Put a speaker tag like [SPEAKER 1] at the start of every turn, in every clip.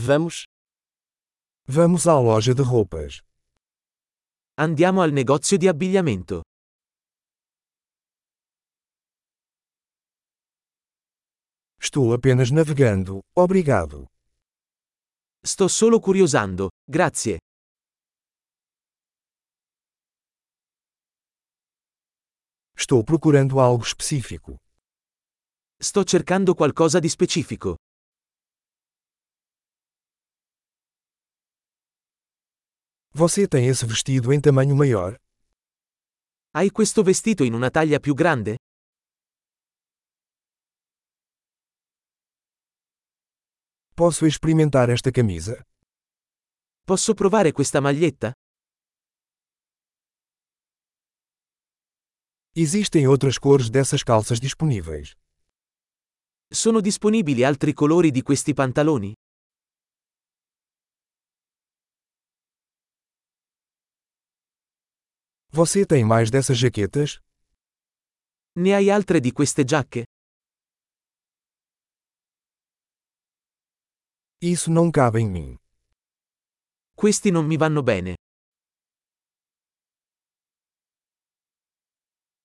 [SPEAKER 1] Vamos.
[SPEAKER 2] Vamos à loja de roupas.
[SPEAKER 1] Andiamo al negozio di abbigliamento.
[SPEAKER 2] Estou apenas navegando, obrigado.
[SPEAKER 1] Sto solo curiosando, grazie.
[SPEAKER 2] Estou procurando algo específico.
[SPEAKER 1] Sto cercando qualcosa di specifico.
[SPEAKER 2] Você tem esse vestido em tamanho maior?
[SPEAKER 1] Hai questo vestito in una taglia più grande?
[SPEAKER 2] Posso experimentar esta camisa?
[SPEAKER 1] Posso provare questa maglietta?
[SPEAKER 2] Existem outras cores dessas calças disponíveis.
[SPEAKER 1] Sono disponibili altri colori di questi pantaloni?
[SPEAKER 2] Você tem mais dessas jaquetas?
[SPEAKER 1] Ne hai altre di queste giacche?
[SPEAKER 2] Isso não cabe em mim.
[SPEAKER 1] Questi non mi vanno bene.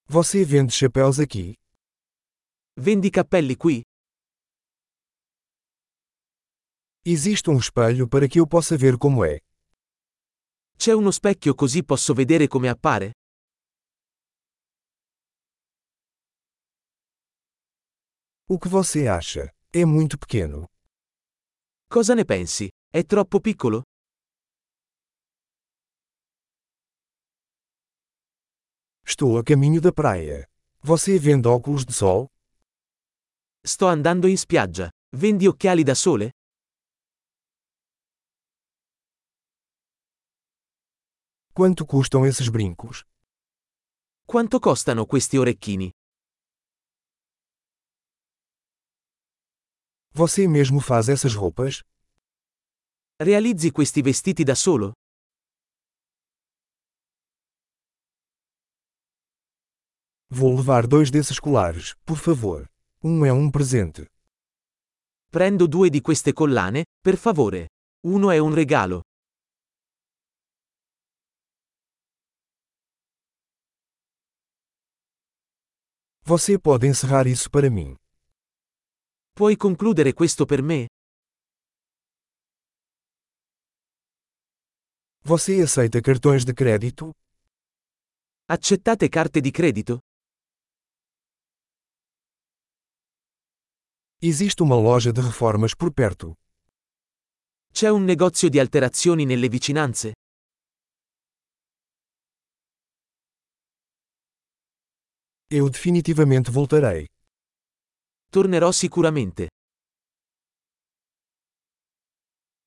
[SPEAKER 2] Você vende chapéus aqui?
[SPEAKER 1] Vendi cappelli qui?
[SPEAKER 2] Existe um espelho para que eu possa ver como é.
[SPEAKER 1] C'è uno specchio così posso vedere come appare?
[SPEAKER 2] O que você acha? É muito pequeno.
[SPEAKER 1] Cosa ne pensi? È troppo piccolo?
[SPEAKER 2] Estou a caminho da praia. Você vende óculos de sol?
[SPEAKER 1] Sto andando in spiaggia. Vendi occhiali da sole?
[SPEAKER 2] Quanto custam esses brincos?
[SPEAKER 1] Quanto costano questi orecchini?
[SPEAKER 2] Você mesmo faz essas roupas?
[SPEAKER 1] Realizzi questi vestiti da solo?
[SPEAKER 2] Vou levar dois desses colares, por favor. Um é um presente.
[SPEAKER 1] Prendo due di queste collane, per favore. Uno è un regalo.
[SPEAKER 2] Você pode encerrar isso para mim.
[SPEAKER 1] Puoi concludere questo per me?
[SPEAKER 2] Você aceita cartões de crédito?
[SPEAKER 1] Accettate carte di credito?
[SPEAKER 2] Existe uma loja de reformas por perto.
[SPEAKER 1] C'è un negozio di alterazioni nelle vicinanze?
[SPEAKER 2] Eu definitivamente voltarei.
[SPEAKER 1] Tornerò sicuramente.